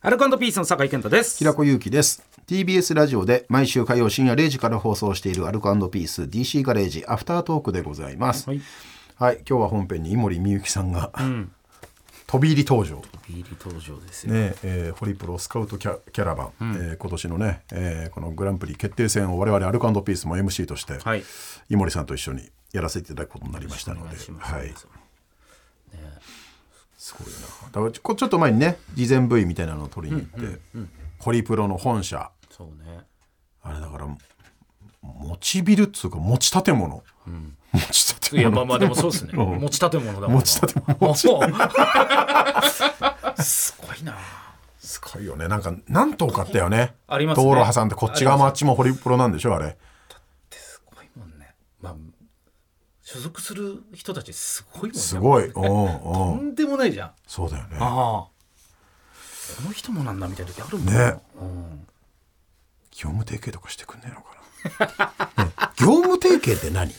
アルコピースの酒井健太です。平子祐希です TBS ラジオで毎週火曜深夜0時から放送しているアルコピース DC ガレージアフタートークでございますははいい、今日は本編に井森美幸さんが、飛び入り登場ねビーリ登場ですよ。ええーホリプロスカウトキャキャラバン、えー今年のね、えーこのグランプリ決定戦を我々アルコピースも MC として、はい井森さんと一緒にやらせていただくことになりましたのでしますはいすごいなだからちょちょっと前にね事前 V みたいなのを取りに行って、ホリプロの本社そうね。あれだから持ちビルっつうか持ち建物、持ちいや建まあ 物まあでもそうですね。持ち建物だもんな。持ち建物物。 すごいな。すごいよねなんか何棟かあったよねありますね道路挟んでこっち側もあっちもホリプロなんでしょあれすごいもんね。まあ所属する人たちすごいもんね。すごいとうんうんんでもないじゃん。あそうだよねあ。この人もなんだみたいな時あるもんねうん業務提携とかしてくんねえのかな、ね業務提携って何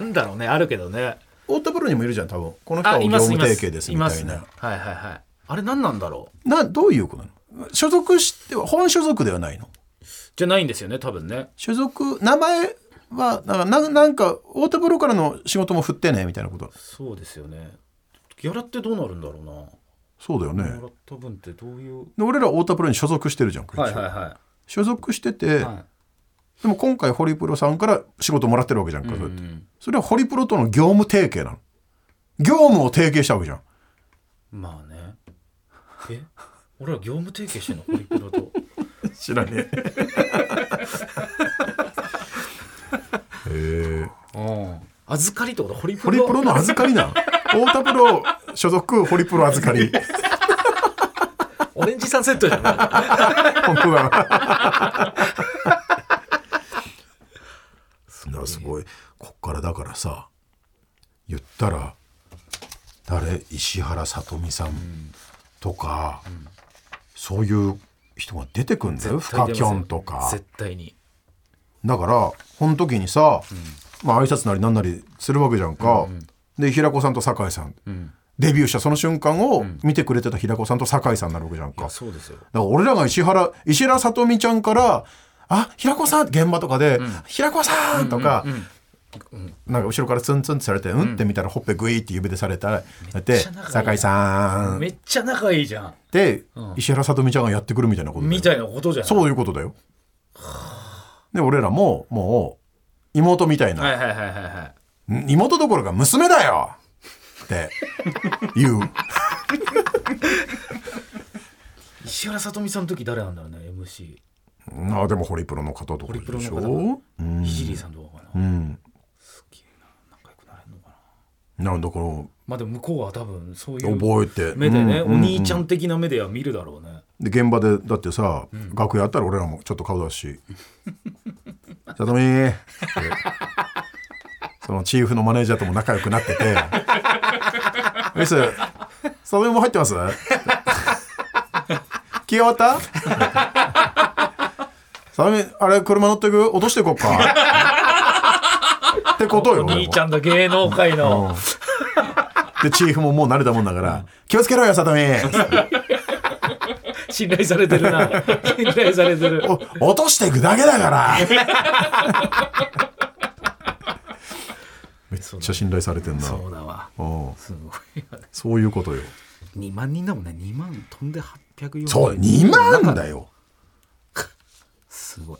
なんだろうねあるけどね。太田プロにもいるじゃん多分この人あは業います務いま提す。携ですいみまたいすねなはいはいはい。あれ何なんだろう。などういうことなの所属しては本所属ではないのじゃないんですよね多分ね。所属名前はなんかななんか太田プロからの仕事も振ってねみたいなことそうですよね。ギャラってどうなるんだろうな。そうだよギャねラ多分ってどういう。で俺ら太田プロに所属してるじゃん、これはいはいは所属してて、い。はでも今回ホリプロさんから仕事もらってるわけじゃんか、い。そううやってんそれはホリプロとの業務提携なの業務を提携したわ けじゃんまあね。え、俺ら業務提携してんのホリプロと。知らねえ へえうん。預かりってことホリプホロ。リプロの預かりなの太田プロ所属ホリプロ預か りオレンジサンセットじゃ ない。本当だ。すごいすごいこっからだからさ言ったら誰石原さとみさんとか、そういう人が出てくんだよフカキョンとか絶対に。だからこの時にさ、まあ挨拶なりなんなりするわけじゃんか、で平子さんと酒井さん、んデビューしたその瞬間を見てくれてた平子さんと酒井さんになるわけじゃんか、あ、そうですよ。だから俺らが石原石原さとみちゃんから「あ平子さん」現場とかで「平子さん」とか、なんか後ろからツンツンってされて「うん」って見たらほっぺグイって指でされたらめでっちゃ仲いいな酒井さん」っめっちゃ仲いいじゃん。て石原さとみちゃんがやってくるみたいなことだよみたいなことじゃん。そういうことだよ。で俺らももう妹みたいな、はいはいはいはいはい。ん妹どころか娘だよって言う。石原さとみさんの時誰なんだろうね MC。ああでもホリプロの方とかホリプロでの方しょ々。ひじりさんとかかうな。ん、すっげえな。仲良くなれるのかな。なんだこまあでも向こうは多分そういう。の覚えて目でね、うんうんお兄ちゃん的な目では見るだろうね。で現場でだってさ、楽屋あったら俺らもちょっと顔出すし 「さとみ」ってそのチーフのマネージャーとも仲良くなってて 「ミスさとみも入ってます?」 気が終わった さとみあれ車乗ってく落としていこっかってことよお俺も兄ちゃんだ芸能界の。でチーフももう慣れたもんだから「気をつけろよさと み」信頼されてる な。信頼されてる。お落としていくだけだ からめっちゃ信頼されてんなそうだわ。うんすごいよね。そういうことよ2万人だもんね。2万飛んで840。そう2万だよすご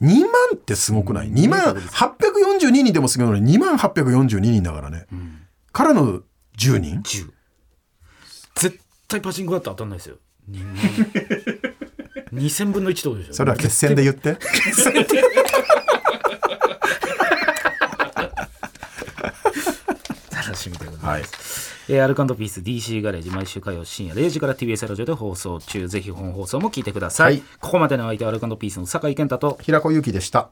い。 2万ってすごくない2万842人でもすごいのに2万842人だからね、からの10人10。絶対パチンコだったら当たんないですよ。2万。2000分の1ってことでしょ。それは決戦で言って 楽しみでございます。はいえー、アルカンドピース DC ガレージ毎週火曜深夜0時から TBS ラジオで放送中ぜひ本放送も聞いてください、はいここまでの相手はアルカンドピースの酒井健太と平子ゆきでした